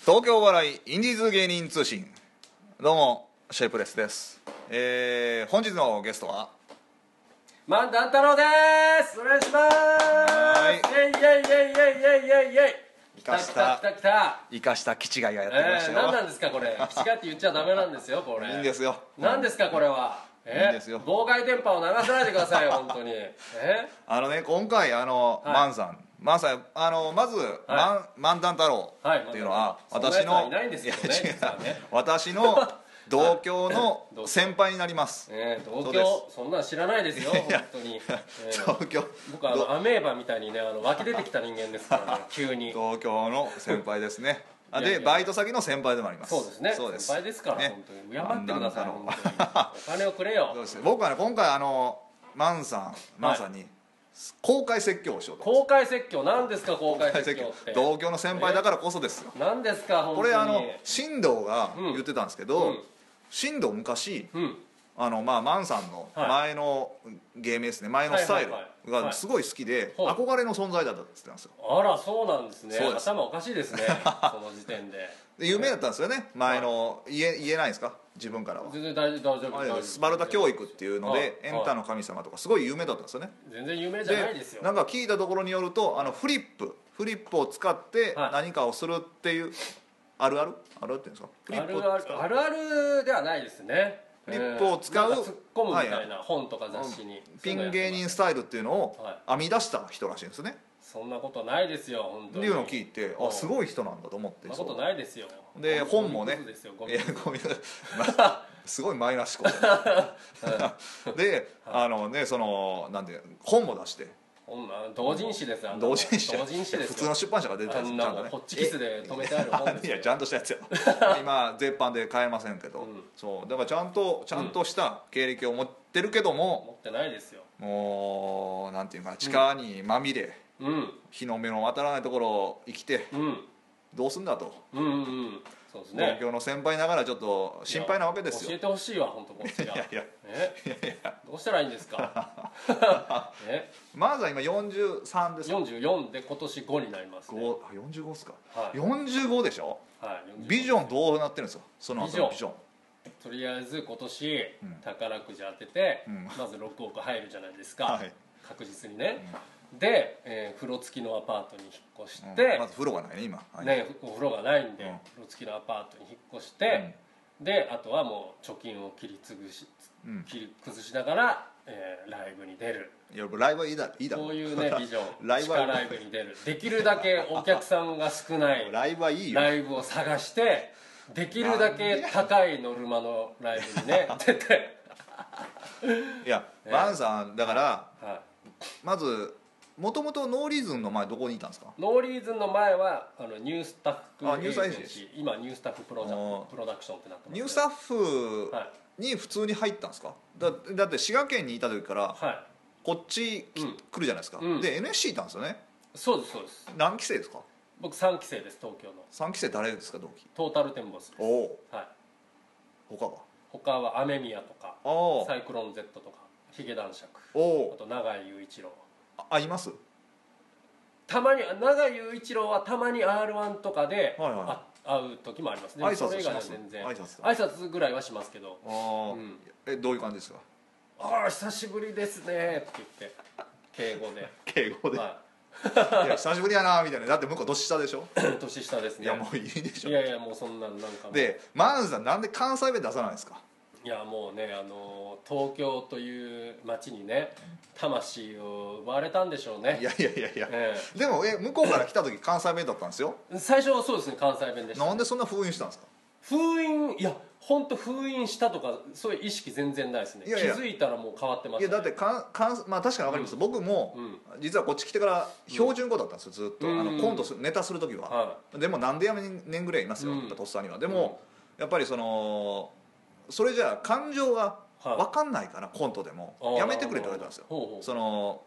東京お笑いインディーズ芸人通信どうもシェイプレスですえー、本日のゲストは万丹太郎ですお願いしますはイェイイェイイェイイェイイェイイェイ来来た来たた来た来た来たイカしたキチガイがやってきまえしたー、よ、何なんですかこれ違って言っちゃダメなんですよこれいいんですよ何ですかこれはえいいんですよ妨害電波を流さないでくださいよ本当にえあのね今回あの、はいマンさんマンさんあのまず、マンマンタン太郎はいっていうのは、マンタン私太郎のそんなやつはいないんですけどねいや違う実はね私の同郷の同郷先輩になりますえーそう東で京そんなん知らないですよ本当に、えー東京僕はあのアメーバみたいにねあの湧き出てきた人間で すからね急に東京の先輩ですねあいやいでやバイト先の先輩でもありますそうですねそうです先輩ですから、ね本当に敬ってください万本端当にお金をくれよ そうです僕はね今回あのマンさんマンさんに公開説教をしようと公開説教何ですか公開説教って同郷の先輩だからこそですよ何ですか本当にこれあの進藤がうん言ってたんですけど、うん進藤昔うんあのまあマンさんのはい前の芸名ですね前のスタイルはいはいはいはがいすごい好きではい憧れの存在だったって言ってたんですよあらそうなんですねそうです頭おかしいです ねその時点でで有名だったんですよね前の言え言えないんですか自分からは全然大丈夫大丈夫あ大れ丈夫スパルタ教育っていうのはいで「エンタの神様」とかすごい有名だったんですよね全然有名じゃなでいですよなんか聞いたところによるとあのフリップフリップを使ってはい何かをするっていうあるあるあるっていうんですかフリあップるあを使るうあるあるではないですねフリップを使うえーなんか突っ込むみたいな、はい本とか雑誌にピン芸人そスタイルっていうのをは編み出した人らしいんですねんなことないですよ本って当にいうのを聞いてうあんすごい人なんだと思ってそんなことそうないですよで本もねゴミですよゴいミやごめんなさい すごいマイナス思考であのねそのなんで本も出して本なん同人誌ですあんなも同ん人誌同人誌です普通よの出版社が出てたあんですんよちゃなんもとんねホッチキスで止めてある本ですいよやちゃんとしたや つよ今絶版で買えませんけど、んそうだからちゃんとちゃんとした経歴を持ってるけども、持ってないですよもうなんていうかな地下にまみれ、うん日の目の当たらないところを生きてうんどうすんだと、うんうんうんそうです東ね京の先輩ながらちょっと心配なわけですよいやい教えてほしいわ本当こっちがやいやえどうしたらいいんですか えまずは今43ですか44で今年5になりますね5あ45ですか、はい45でしょはいビジョンどうなってるんですかその後のビビジジョンとりあえず今年ん宝くじ当ててうんまず6億入るじゃないですはかい確実にねでえー風呂付きのアパートに引っ越しうんてまず風呂がないね今、はいね、お風呂がないんで、うん風呂付きのアパートに引っ越して、であとはもう貯金を切りつぶしうん切り崩しながら、えーライブに出るいやライブはいいだいいだろこういうねビジョ ンライ地ブは下ライブに出るできるだけお客さんが少な いライブはいいよライブを探してできるだけ高いノルマのライブに ね出て、いや、えバンさんだからはまずもともとノーリズムの前どこにいたんですかい、ノーリーズの前はあのニュースタッフあニュースタッフエージェンシー今ニュースタッフプロジあャープロダクションってなってますニュースッタッフはいに普通に入ったんですかだだって滋賀県にいた時からフはいこっちき、うん来るじゃないですか、うんで NSC いたんですよねそうですそうです何期生ですか僕3期生です東京の3期生誰ですか同期トータルテンボスですおおはい他は他は雨宮とかあおサイクロン Z とかヒゲ男爵おあおと永井雄一郎ああいますたまにあ永井雄一郎はたまに r 1とかで、はいはいあ会う時もありますね挨拶それ以外はします全然挨拶ぐらいはしますけどああ、うんえどういう感じですか「ああ久しぶりですね」って言って敬語 で敬語で、はいや久しぶりやなみたいなだって向こう年下でしょ、い 年下ですねいやもういいでしいょやいやもうそんなんなんかもうでマンさんなんで関西弁出さないんですかいやもうねあの東京という街にね魂を奪われたんでしょうねいやいやいやいやえでもえ向こうから来た時関西弁だったんですよえ最初はそうですね関西弁でしたなんでそんな封印したんですか封印いや本当封印したとかそういう意識全然ないですねいやいや気づいたらもう変わってまいしやだた、っね、てかんかん、まあ、確かに分かります、僕もうん実はこっち来てから標準語だったんですよずっと、うんあのコントすネタする時は、はでもなんでやめんねんぐらいいますよ、うんとっさにはでも、やっぱりそのそれじゃあ感情がはい分かんないから、コントでもあーやめてくれって言われたんですよほうほうその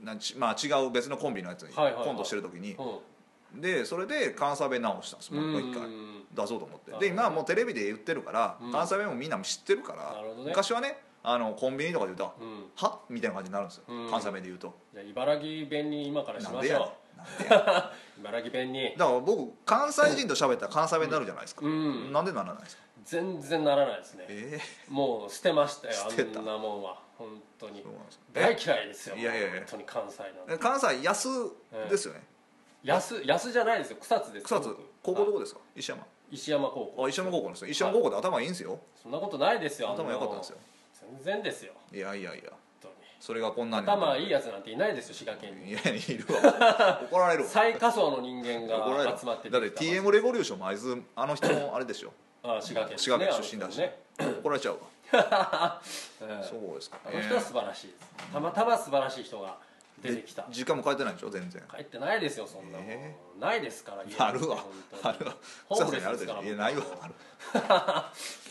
なんちまあ、違う別のコンビのやつにはいはいはいコントしてる時に、い、でそれで関西弁直したんですうもん、う一回うん出そうと思ってなるほでど今はもうテレビで言ってるから、うん関西弁もみんなも知ってるかならるほどね昔はねあのコンビニとかで言うとうん「はみたいな感じになるんですよ、うん関西弁で言うとじゃあ茨城弁に今からしなんまでしやょねんなんでだか 茨城弁にら僕関西人と喋ったら関西弁になるじゃないですか、うんなんでならないんですか全然ならないですねえもう捨てましたよ捨てたあんなもんは本当にそうなんですか大嫌いですよいやいやいや本当に関西なんえて関西安ですよね、安安じゃないですよ草津です草よ津僕高校どはいこですか石山石山高校あ石山高校ですね石山高校で頭いいんですよそんなことないですよ頭良かったんですよあんなの全然ですよいやいやいや本それがこんな当にに頭いいやつなんていないですよ滋賀県にいやいるわ怒られ るわ最下層の人間怒られるが集まってだって TM レボリューションもあいつあの人もあれでしょあ滋賀県です滋賀ね県出身だし、怒られちゃうわあの人もそねううですかんあの人は素晴らしいですたまたま素晴らしい人がえ出てきたで時間も変えてないんでしょ全然帰ってないですよそんなもん、えないですから家あるわ本当あにるわホームレスあでるでしすからょいやないわもうある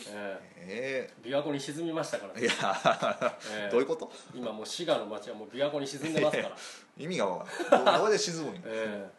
えええ琵琶湖に沈みましたからえいやええどういうこと今もう滋賀の町はもう琵琶湖に沈んでますから、意味がわから んどどうやって沈むんやえ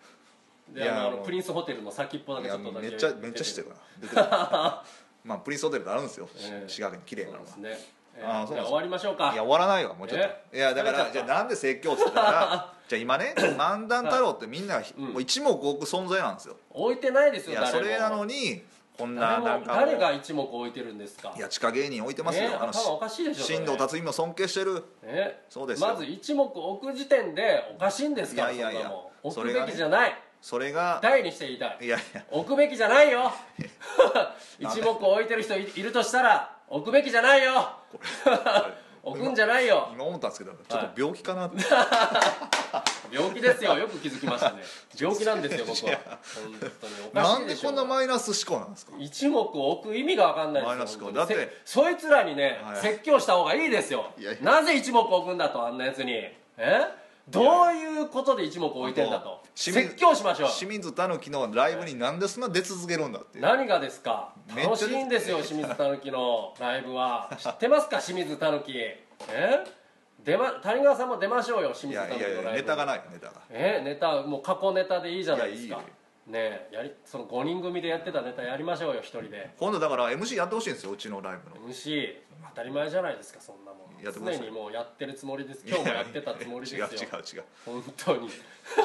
えいでやあのあのもうプリンスホテルの先っぽだいけちやょっとだけめっちゃめっちゃしてるからまあプリンスホテルってあるんですよ、 ええ滋賀県綺麗なそうのでがすね、ええああそうなんですじゃあ終わりましょうかいや終わらないわもうちょっとえいやだか疲られちじゃゃあったなんで説教っつった らじゃあ今ね漫談太郎ってみんな、うんもう一目置く存在なんですよ置いてないですいよやそ誰もれなのにこんな誰なんもかもう誰が一目置いてるんですかいや地下芸人置いてますよ、ねえあのし頭おかしいでしょそれ新藤辰巳も尊敬してるねそうですよまず一目置く時点でおかしいんですからいやいやいやそんなもんそ置れくがねべきじゃない、それが誰にして言いたいいやいや 置くべきじゃないよ一目置いてる人いいるとしたら置くべきじゃないよ置くんじゃない よ今思ったんですけどちょっと病気かなって、病気ですよよく気づきましたね病気なんですよ僕いはや本当におかなしいんででしょこんなマイナス思考なんですか一目置く意味が分かんないですよマイナス思考本当にだってせそいつらにね、はい説教した方がいいですよいやいやなぜ一目置くんだとあんなやつにえどういうことで一目置いてんだと清水説教しましょう清水たぬきのライブになんでそんな出続けるんだっていう何がですかめっちゃ楽しいんですよ清水たぬきのライブは知ってますか清水たぬきえ出ま谷川さんも出ましょうよ清い水やたぬいきのライやブいやネタがないよネタがえネタもう過去ネタでいいじゃないですかいやいねえやりその5人組でやってたネタやりましょうよ一人で今度だから MC やってほしいんですようちのライブの MC 当たり前じゃないですかそんなもんやってください常にもうやってるつもりです今日もやってたつもりですよいやいや違う違う違う本当にでも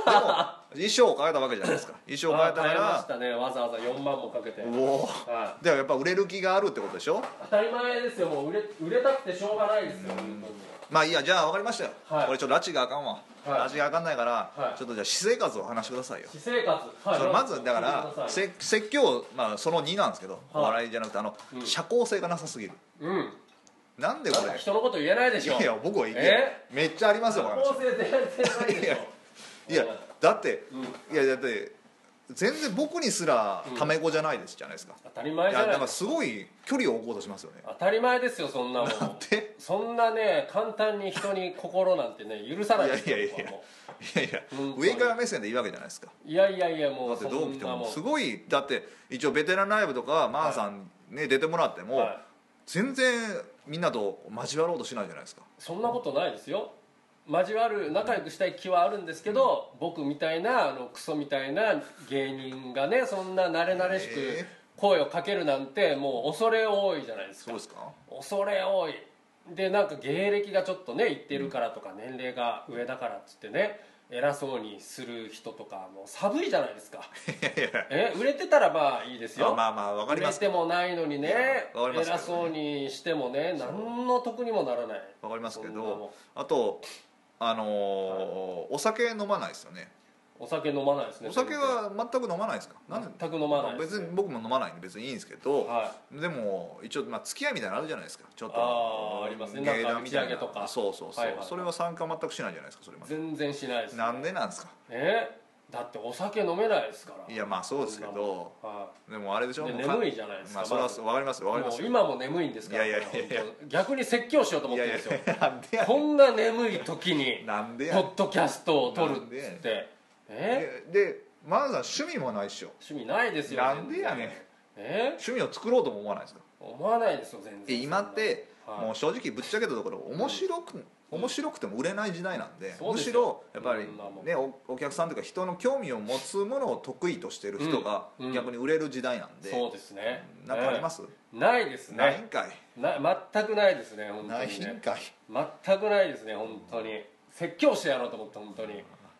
衣装を変えたわけじゃないですか衣装を変えあたか変えましらたねわざわざ4万もかけておおはではやっぱ売れる気があるってことでしょ当たり前ですよもう売れ売れたくてしょうがないですよ本まあいいやじゃあ分かりましたよ、はいこれちょっと拉致があかんわ、はい拉致があかんないから、はいちょっとじゃあ私生活をお話しくださいよ当に私生活はいそれまずだから教えてくださいせ説教、まあ、その2なんですけど、お笑いじゃなくてあの、うん社交性がなさすぎるうんなんでこなんかれ人のこと言えないでしょいや僕はいいえめっちゃありますよこの構話成全然ないでしょいやだって、ういやだって全然僕にすらタメ語じゃないですじゃないですか、当たり前いじゃやなないんかですすごい距離を置こうとしますよね当たり前ですよそんなもんなんでそんなね簡単に人に心なんてね許さないですよいやいやいや僕はもいやいや本当に上から目線でいいわけじゃないですかういやいやいやもだうってそどう見んてなももんすごいだって一応ベテランライブとかマンさんね出てもらってもはい全然みんなと交わろうとしないじゃないですかそんなことないですよ交わる仲良くしたい気はあるんですけど、僕みたいなあのクソみたいな芸人がねそんな慣れ慣れしえく声をかけるなんてもう恐れ多いじゃないですそかうですか恐れ多いでなんか芸歴がちょっとねいってるからとか年齢が上だからっつってね偉そうにする人とかもう寒いじゃな いですかえ売れてたらまあいいですよ、あまあまあわかり売れますけてもないのにねわかりますけど偉そうにしてもね何の得にもならないどわかりますけそんなもんどあとあのーお酒飲まないですよねお酒飲まないですねお酒は全く飲まないですかなんで全く飲まないです別に僕も飲まないんで別にいいんですけど、はでも一応まあ付き合いみたいなのあるじゃないですかちょっとあーありますね芸なん談かみたい打ち上げとかそうそうそう、はいはいそれは参加全くしないじゃないですかそれまで全然しないですねなんでなんですかえだってお酒飲めないですからいやまあそうですけどはでもあれでしょでもうか眠いじゃないですかまあそれはわかりますいわかりまもすうよ今も眠いんですからいやいやいやいや本当逆に説教しようと思いってやいるんやです よなんでやねこんな眠い時にんなんでポやねんッドキャストを撮るっつっなんてえででマンさん趣味もないっしょ趣味ないですよなんでやねん全然え趣味を作ろうとも思わないですか思わないですよ全で然今ってはいもう正直ぶっちゃけたところ面白く、面白くても売れない時代なんでそうむですしよろやっぱりそんなもんねおお客さんというか人の興味を持つものを得意としてる人がうんうん逆に売れる時代なんで、そうですねなんかありますす、ないですないんねかい、な全くないですね本当ないにねんかい全くないですね本当に説教してやろうと思って本当に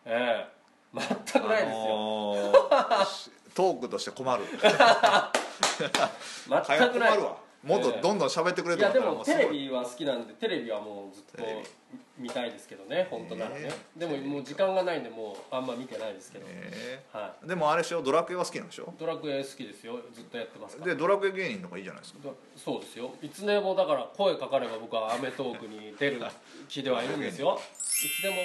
ええ全くないですあよ、のーし トークとして困る全早くく困ないるわもっとどんどん喋ってくれいと思やっでたらももうすテごレいビは好きなんでテレビはもうずっとテレビ見たいですけどね本当ならね、ねでももう時間がないんでもうあんま見てないですけど、えはーでもあれでしょドラクエは好きなんでしょいドラクエ好きですよずっとやってますからでドラクエ芸人の方がいいじゃないですかどそうですよいつでもだから声かかれば僕は『アメトーーク』に出る気ではいるんですよいつでも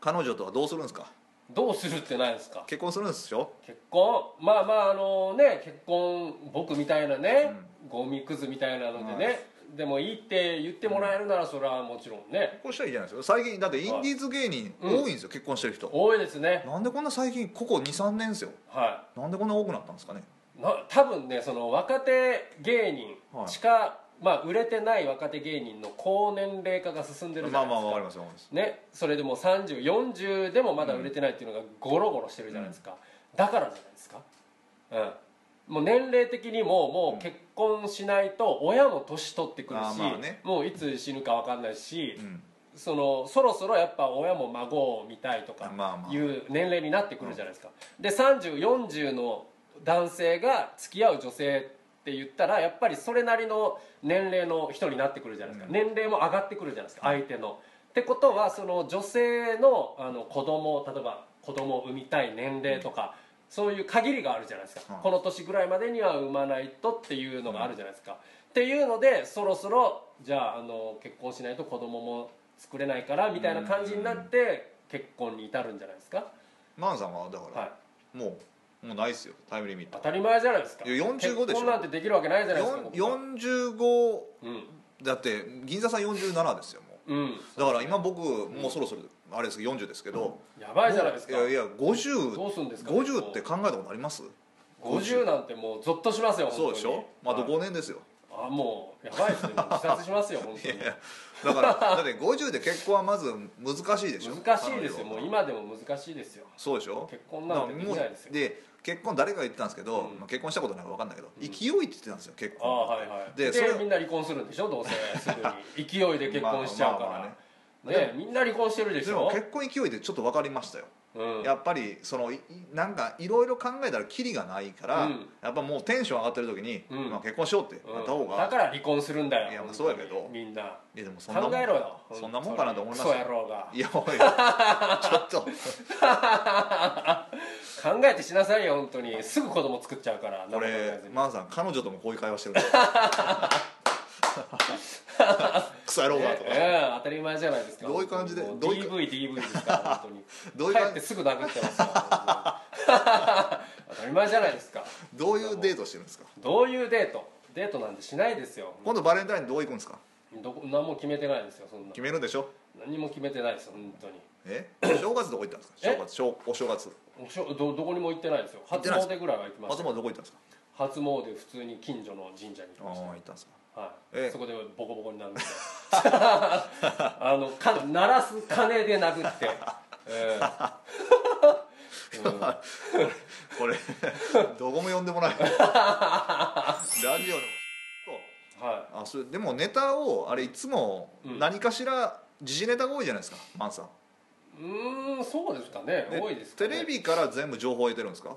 彼女とはどうするんですかどうするってないですか結婚するんですよ結婚まあまああのね結婚僕みたいなね、ゴミくずみたいなのでね、でもいいって言ってもらえるならそれはもちろんね結婚したらいいじゃないですか最近だってインディーズ芸人多いんですよ、結婚してる人多いですねなんでこんな最近ここ23年ですよはなんでこんな多くなったんですかねいな多分ねその若手芸人しか、まあ売れてない若手芸人の高年齢化が進んでるじまゃあないでますあか、わかりますわかりますね、それでもう3040でもまだ売れてないっていうのがゴロゴロしてるじゃないですか、だからじゃないですかうんもう年齢的にももう結婚しないと親も年取ってくるし、あーまあねもういつ死ぬか分かんないし、うんそのそろそろやっぱ親も孫を見たいとかまあまあいう年齢になってくるじゃないですか、で3040の男性が付き合う女性って言ったらやっぱりそれなりの年齢の人になってくるじゃないですか、うん年齢も上がってくるじゃないですか相手の。ってことはその女性のあの子供例えば子供を産みたい年齢とか、そういう限りがあるじゃないですか、うんこの年ぐらいまでには産まないとっていうのがあるじゃないですか、っていうのでそろそろじゃああの結婚しないと子供も作れないからみたいな感じになって結婚に至るんじゃないですか、マンさんはだから、はい、もうもうないっすよタイムリミッ当トたり前じゃないですかいや45でしょ結婚なんてできるわけないじゃないですかよん僕は45うんだって銀座さん47ですよもうんうだから今僕もうそろそろあれですけど40ですけど、やばいじゃないですかもういやいや50どうするんですか50って考えたことあります50なんてもうゾッとしますよ本そ当にうでしょまあと5年ですよ、あもうやばいですねもう自殺しますよ本当に いやだからだって50で結婚はまず難しいでしょ難しいです彼女よもはう今でも難しいですよそうでしょ結婚なんてできないですだからもようで結婚誰かが言ってたんですけど、うんまあ結婚したことないから分かんないけど、うん勢いって言ってたんですよ結あ婚あはいはいででそれみんな離婚するんでしょどうせ すぐに勢いで結婚しちゃうかまら、あまあまあねねみんな離婚してるでしでもょ結婚勢いでちょっと分かりましたよ、うんやっぱりそのいなんかいろいろ考えたらキリがないから、うんやっぱもうテンション上がってる時に、うんまあ、結婚しようってうんなった方が、だから離婚するんだよいやまあ本そう当やにけどみんないやでもそんなも考んえろよそんなもんかなと思いますそうやろうがいやおいちょっ と考えてしなさいよ本当にすぐ子供作っちゃうからこ何も考れえずにマンさん彼女ともこういう会話してるんだ クソ野郎がとか、ええ当たり前じゃないですかどういう感じでもうどういうか DVDV ですから本当に どういう帰感ってすぐ殴ってますから 当たり前じゃないですかどういうデートしてるんですかどういうデートデートなんてしないですよ今度バレンタインどう行くんですかどこ何も決めてないですよそんな決めるんでしょ何も決めてないですよ本当にえ正月どこ行ったんですかえ正月正お正月おしょどどこにも行ってないですよ行って初ないです詣ぐらいは行きまし松た本どこ行ったんですか初詣普通に近所の神社に行ああきまし行ったんですかた、はええい、そこでボコボコに 殴ってあのか鳴らす鐘で殴って、ええうんこれどこも呼んでもないラジオでもはいあそれでもネタをあれいつもうん何かしら時事ネタが多いじゃないですかマンさんうーんそうですかねで多いですかテねレビから全部情報を得てるんですか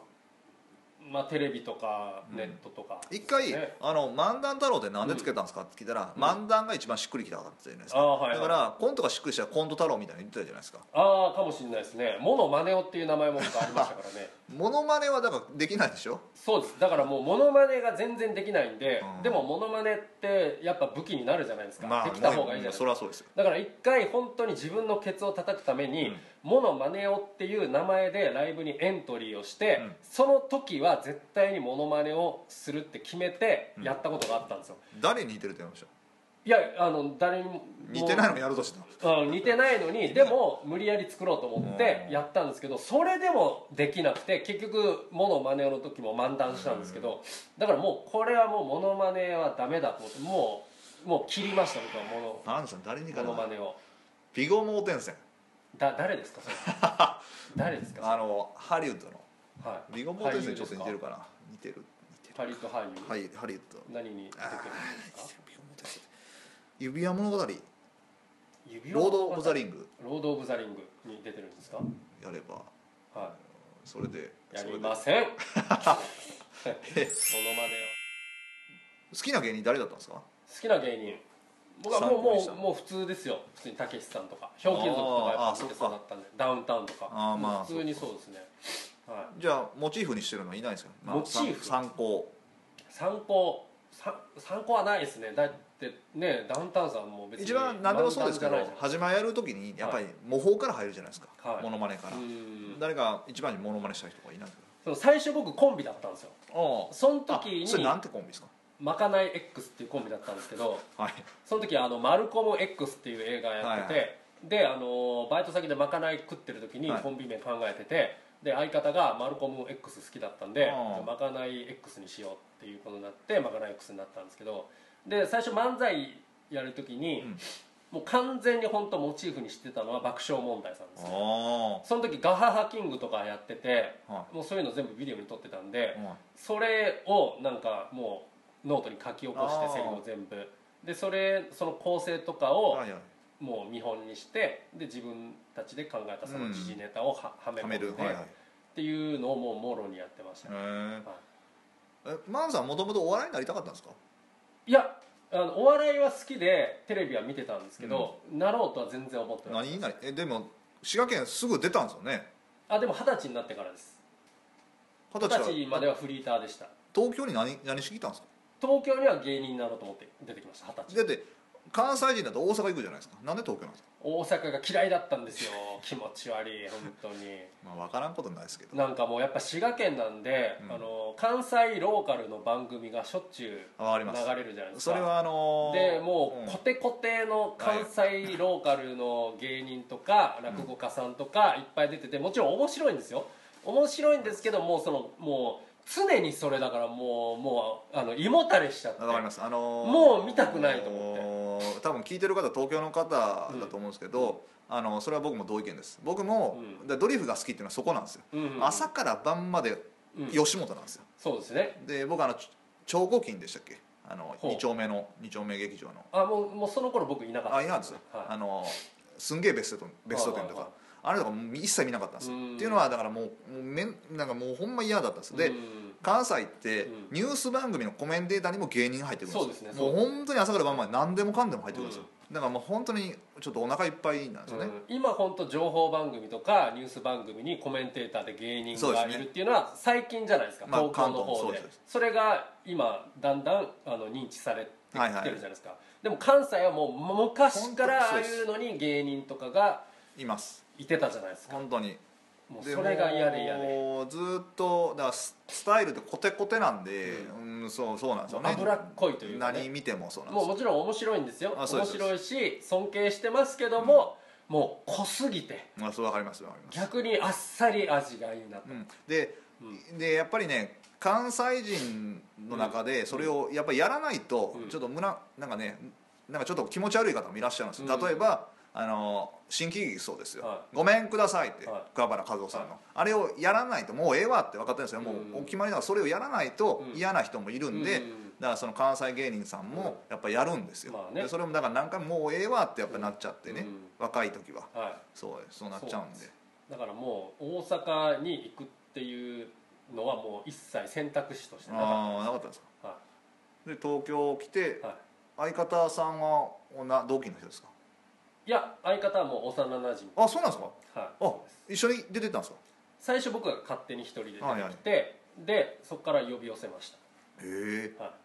まあテレビとかんネットとか、一回、ねあの漫談太郎ってなんでつけたんですかって聞いたら、漫談が一番しっくりきたからって言うんですあか、あはい、だかはい、らコントがしっくりしたらコント太郎みたいに言ってたじゃないですかああかもしれないですね「モノマネを」っていう名前も僕ありましたからねモノマネはだからできないでしょそうですだからもうモノマネが全然できないんで、うんでもモノマネってやっぱ武器になるじゃないですか、まあできた方がいいじゃないですそかれはそうですよだから一回本当に自分のケツを叩くために、うんモノマネをっていう名前でライブにエントリーをして、うんその時は絶対にモノマネをするって決めてやったことがあったんですよ、誰に似てるって言いましたいやあの誰にも似てないのやるとしたうん、似てないのにでも無理やり作ろうと思ってやったんですけどそれでもできなくて結局モノマネの時も漫談したんですけどだからもうこれはもうモノマネはダメだと思ってもうもう切りました僕はモノパンさん誰にかモノマなネをピゴ盲点線だ誰ですかそれ 誰ですかあのハリウッドのそれはいピゴ盲点線ちょっと似てるかな似てる似てるハリウッド俳優はいハリウッド何に出てるんですかピゴ盲点線指輪物語い指輪ロード・オブ・ザ・リングロード・オブ・ザ・リングに出てるんですかやればはそれでいやそれりで好ま せん モノマネをきな芸人誰だったんですか好きな芸人僕はもう参考にしたもうもう普通ですよ普通にたけしさんとかひょうきん族とかやっぱ見て育ったんでダウンタウンとかあーまあ普通にそうですね、はい、じゃあモチーフにしてるのはいないんですか、まあモチーフさん参考参考さ参考はないですねだってねダウンタウンさんも別に一番何でもそうですけど漫談じゃない始まやる時にやっぱり模倣から入るじゃないですか、はいモノマネから、じゃんうん誰か一番にモノマネした人がいないんですかその最初僕コンビだったんですよああそのあ時にそれなんてコンビですかまかない X っていうコンビだったんですけどはいその時あの「マルコム X」っていう映画やってて、はであのバイト先でまかない食ってる時にはいコンビ名考えてて、で相方が「マルコム X」好きだったんであーまかない X にしようっていうことになってまかない X になったんですけどで最初漫才やる時に、うんもう完全に本当モチーフにしてたのは爆笑問題さんですよあその時ガハハキングとかやっててあはもうそういうの全部ビデオに撮ってたんでい、うんそれをなんかもうノートに書き起こあしーてセリフを全部でそれその構成とかをはいはいもう見本にしてで自分たちで考えたそうのん時事ネタをははめは込んでめるはいはいへっていうのをもうもろにやってましたね、えはえいマンさんもともとお笑いになりたかったんですかいやあのお笑いは好きでテレビは見てたんですけど、なろうとは全然思ってない何になりえでも滋賀県すぐ出たんですよねあでも二十歳になってからです二十二十歳歳まではフリーターでした東京に何何しに来たんですか東京には芸人になろうと思って出てきました二十歳だって関西人だと大阪行くじゃないですかなんで東京なんですか大阪が嫌いだったんですよ気持ち悪い本当にまあ分からんことないですけどなんかもうやっぱ滋賀県なんで、うんあの関西ローカルの番組がしょっちゅうあわかり流ますれるじゃないですそかれはあのーでもうコテコテの関西ローカルの芸人とか落語家さんとかいっぱい出ててもちろん面白いんですよ面白いんですけどもうそのもう常にそれだからもうもうあの胃もたれしちゃっうてんわかりますあのーもう見たくないと思ってあのー多分聞いてる方東京の方だと思うんですけど、あのそれは僕も同意見です僕も、うんだドリフが好きっていうのはそこなんですよ、うんうんうん朝から晩までうん吉本なんですよ、そうですねで僕あのち超合金でしたっけあのほう2丁目の2丁目劇場のあもうもうその頃僕いなかったあいなんですよ、はいあのすんげえベストベスト店とはいはいかはいあれとかもう一切見なかったんですようんっていうのはだからもうもうめんなんかもうほんま嫌だったんですよで、うん関西ってうんニュース番組のコメンテーターにも芸人が入ってくるんですよそうですねもう本当に朝から晩まで何でもかんでも入ってくるんですよ、だからもう本当にちょっとお腹いっぱいなんですよね、うん今本当情報番組とかニュース番組にコメンテーターで芸人そうでがすねいるっていうのは最近じゃないですか、まあ東京の関東もそ方うででそすれが今だんだんあの認知されてきてるはいじゃはいないですか、でも関西はもう昔からあ本当にそうですあいうのに芸人とかがいますいてたじゃないですか本当にもうでそれが嫌で嫌でもうずっとだからススタイルってコテコテなんで、うんそうそうなんですよね脂っこいというか、何ね、見てもそうなんでもすうよもちろん面白いんですよあそう面です白いし尊敬してますけども、もう濃すぎてまあそうわかりますわかります逆にあっさり味がいいなと、うん、で、でやっぱりね関西人の中でそれをやっぱりやらないとうんちょっとむななんかねなんかちょっと気持ち悪い方もいらっしゃるんですよ、うん例えばあの新喜劇そうですよ、はごめんください」って、はい桑原和夫さんの、はあれをやらないともうええわって分かってるんですよもうんうお決まりだからそれをやらないとうん嫌な人もいるんで、うんだからその関西芸人さんもやっぱやるんですよ、うんまあねでそれもだから何回も「もうええわ」ってやっぱなっちゃってね、うん若い時ははいそうそうなっちゃうんでだからもう大阪に行くっていうのはもう一切選択肢としてなかああーなかったですかったはで東京来てい、は相方さんはな同期の人ですかい、いや相方はもう幼なじみ、あそうなんですかはい、あそうです一緒に出てたんですか最初僕が勝手に一人で出てきて、はいはいでそこから呼び寄せましへた、はえ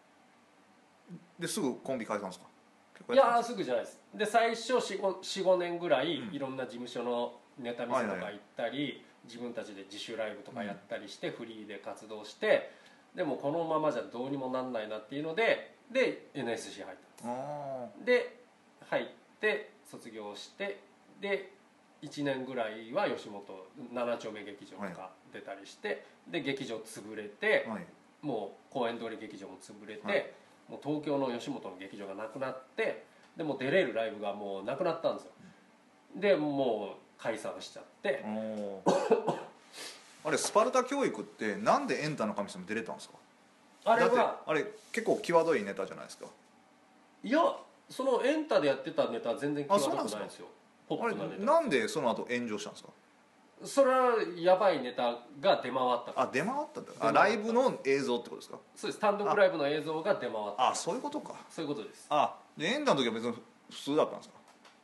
ですぐコンビ解散ですか結い、構いやってやーすぐじゃないですで最初45年ぐらい、いろんな事務所のネタ見せとかはいはい行ったり、自分たちで自主ライブとかやったりして、フリーで活動してでもこのままじゃどうにもなんないなっていうのでで NSC 入ったたんでで入って卒業してで1年ぐらいは吉本7丁目劇場とか出たりして、で劇場潰れてす、かあーはいもう公園通り劇場も潰れて、はいもう東京の吉本の劇場がなくなってでもう出れるライブがもうなくなったんですよでもう解散しちゃっておーあれスパルタ教育ってなんでエンタの神様出れたんですかあれだっはてあれ結構際どいネタじゃないですかいやそのエンタでやってたネタは全然あ際そうどなんでくすなかいんですよポあッれプなネタなんでその後炎上したんですかそれはやばいネタが出回ったからあ出回ったんだ回あったライブの映像ってことですかそうです単独ライブの映像が出回ったあそういうことかそういうことですあでエンタの時は別に普通だったんですか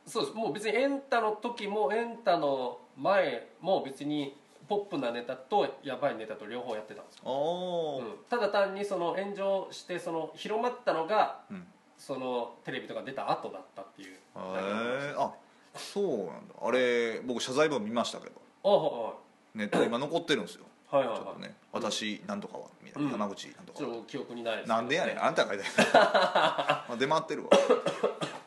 そうですもう別にエンタの時もエンタの前も別にポップなネタとやばいネタと両方やってたんですよ、おおうんー、ただ単にその炎上してその広まったのがうんそのテレビとか出た後だったっていうへえあそうなんだあれ僕謝罪文見ましたけどあはネットに今残ってるんですよいはいはいちょはっいはといね「私なんとかは」みたいなうん山口なんとちかょはっと記憶にないですけどなんでやねんあんたが書いてある出回ってるわ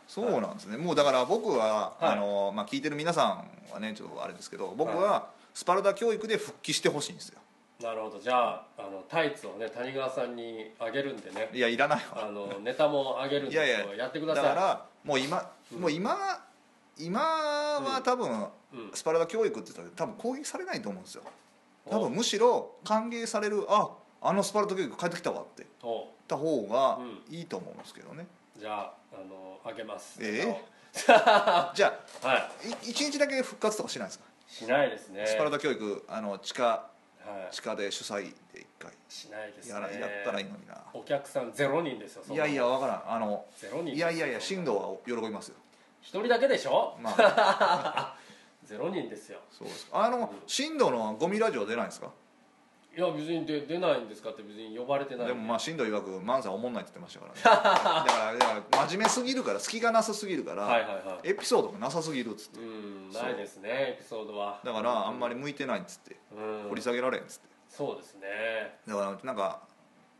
そうなんですねもうだから僕は、はいあのまあ、聞いてる皆さんはねちょっとあれですけど僕はスパルタ教育で復帰してほしいんですよなるほどじゃああのタイツをね谷川さんにあげるんでねいやいらないわあのネタもあげるんでいやいややってくだださいからもう今うんもう今今は多分、うんスパルタ教育って言ったら多分攻撃されないと思うんですよ多分むしろ歓迎されるああのスパルタ教育帰ってきたわって言っおおた方がいいと思うんですけどね、じゃああのあげますえええじゃ はあい一日だけ復活とかしないんですか、いしないですねスパルタ教育あの地下はい地下で主催で一回しないですねやらやったらいいのになお客さんゼロ人ですよそいんなやいや分からんあのゼロ人いやいやいや進一藤は喜びますよ人だけでしょまあ ゼロ人ですよそうですあの進藤のゴミラジオ出ないんですかいや別に出出ないんですかって別に呼ばれてないでもまあ進藤曰く漫才おもんないって言ってました からねだからだから真面目すぎるから隙がなさすぎるから、はいはいはいエピソードがなさすぎるっつってうんそうないですねエピソードはだからあんまり向いてないっつってうん掘り下げられんっつってそうですねだからなんか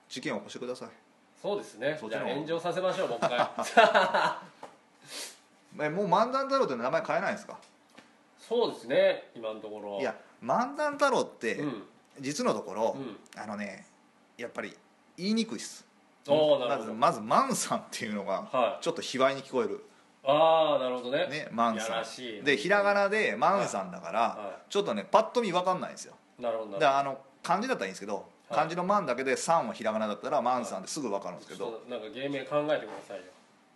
事件を起こしてくださいそうですねそっちじのゃ方あ炎上させましょうもう一回 えもう漫談太郎って名前変えないんですかそうですね今のところいや漫談太郎って、うん実のところ、うんあのねやっぱり言いにくいっすおーなまるほずどまずマンさんっていうのはがいちょっと卑猥に聞こえる、ああなるほどねねマンやさらしいんでひらがなでマンさんだから、はちょっとねパッと見分かんないんですよなるほどだなるからあの漢字だったらいいんですけど、い漢字の「万」だけで「さん」はひらがなだったら「万さん」ってすぐ分かるんですほけどど、ちょっとなんか芸名考えてくださいよ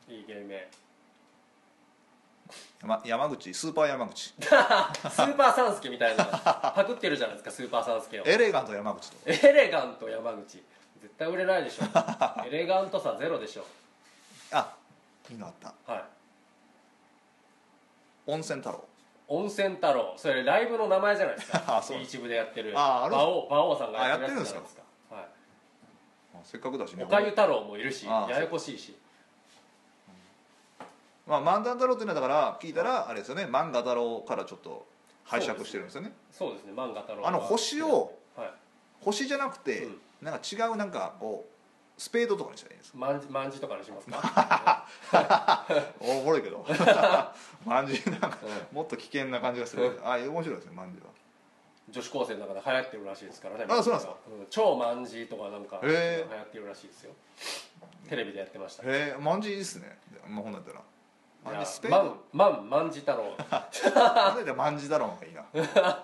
いい芸 名山山口スーパー山口スーパーサンスケみたいなパクってるじゃないですかスーパーサンスケをエレガント山口とエレガント山口絶対売れないでしょ エレガントさゼロでしょあいいのあったはい温泉太郎温泉太郎それライブの名前じゃないですか あそうビーチ部でやってるあある馬王馬王さんがやっあやってるてるんやでつすじかゃないですかはいまあせっかくだしねおかゆ太郎もいるしああややこしいしまあ漫談太郎っていうのはだから聞いたらあれですよね漫画太郎からちょっと拝借してるんですよねそうですね漫画太郎はあの星をはい星じゃなくて、うんなんか違うなんかこうスペードとかにしたらいいんですまんじまんじとかにしま すかおおもろいけ どまんじゅうなんかもっと危険な感じがするあ面白いですねまんじゅうは女子高生の中で流行ってるらしいですからねあそうなんですか、うん超まんじとかなんか流へえ行ってるらしいですよテレビでやってましたへえまんじゅういいですねまあ、ほんだったらあれスペじーゃあドまんまんまんじ太 郎なんでだまんじだろうのがいいな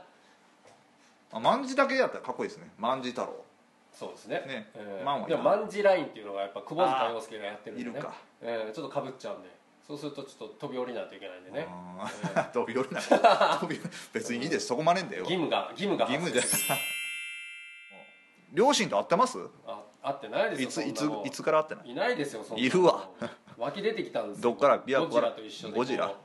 あまんじだけやったらかっこいいですねまんじ太郎そうですねねえーまんはいでらもんまんじラインっていうのがやっぱ久保塚洋介がやってるんで、ね、いるかえーちょっとかぶっちゃうんでそうするとちょっと飛び降りないといけないんでねあー 飛び降り ない飛び降り別にいいですそこまでんだよ義務が義務が義務じゃ両親と会ってますああってないですいよつそんいなつもんいつから会ってないいないですよそんないるわ湧き出てきたんですよどっから琵琶湖からゴジラと一緒でゴジラこ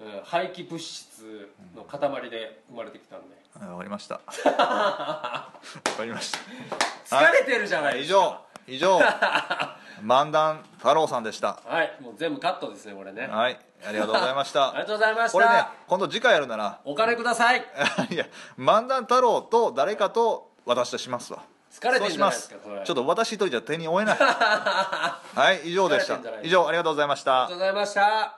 ううん廃棄物質の塊で生まれてきたんであわかりま したわかりました疲れてるじゃな以いですか上以上漫談太郎さんでしたはいもう全部カットですねこれねあはいありがとうございましりがたとうございましこれねた今度次回やるならお金くださいいや漫談太郎と誰かと私としますわ疲れてそるうんしじゃまないですすかこれちょっと 私一人じゃ手に負えないはい以上でし疲たれてんじゃない以上ありがとうございましたありがとうございました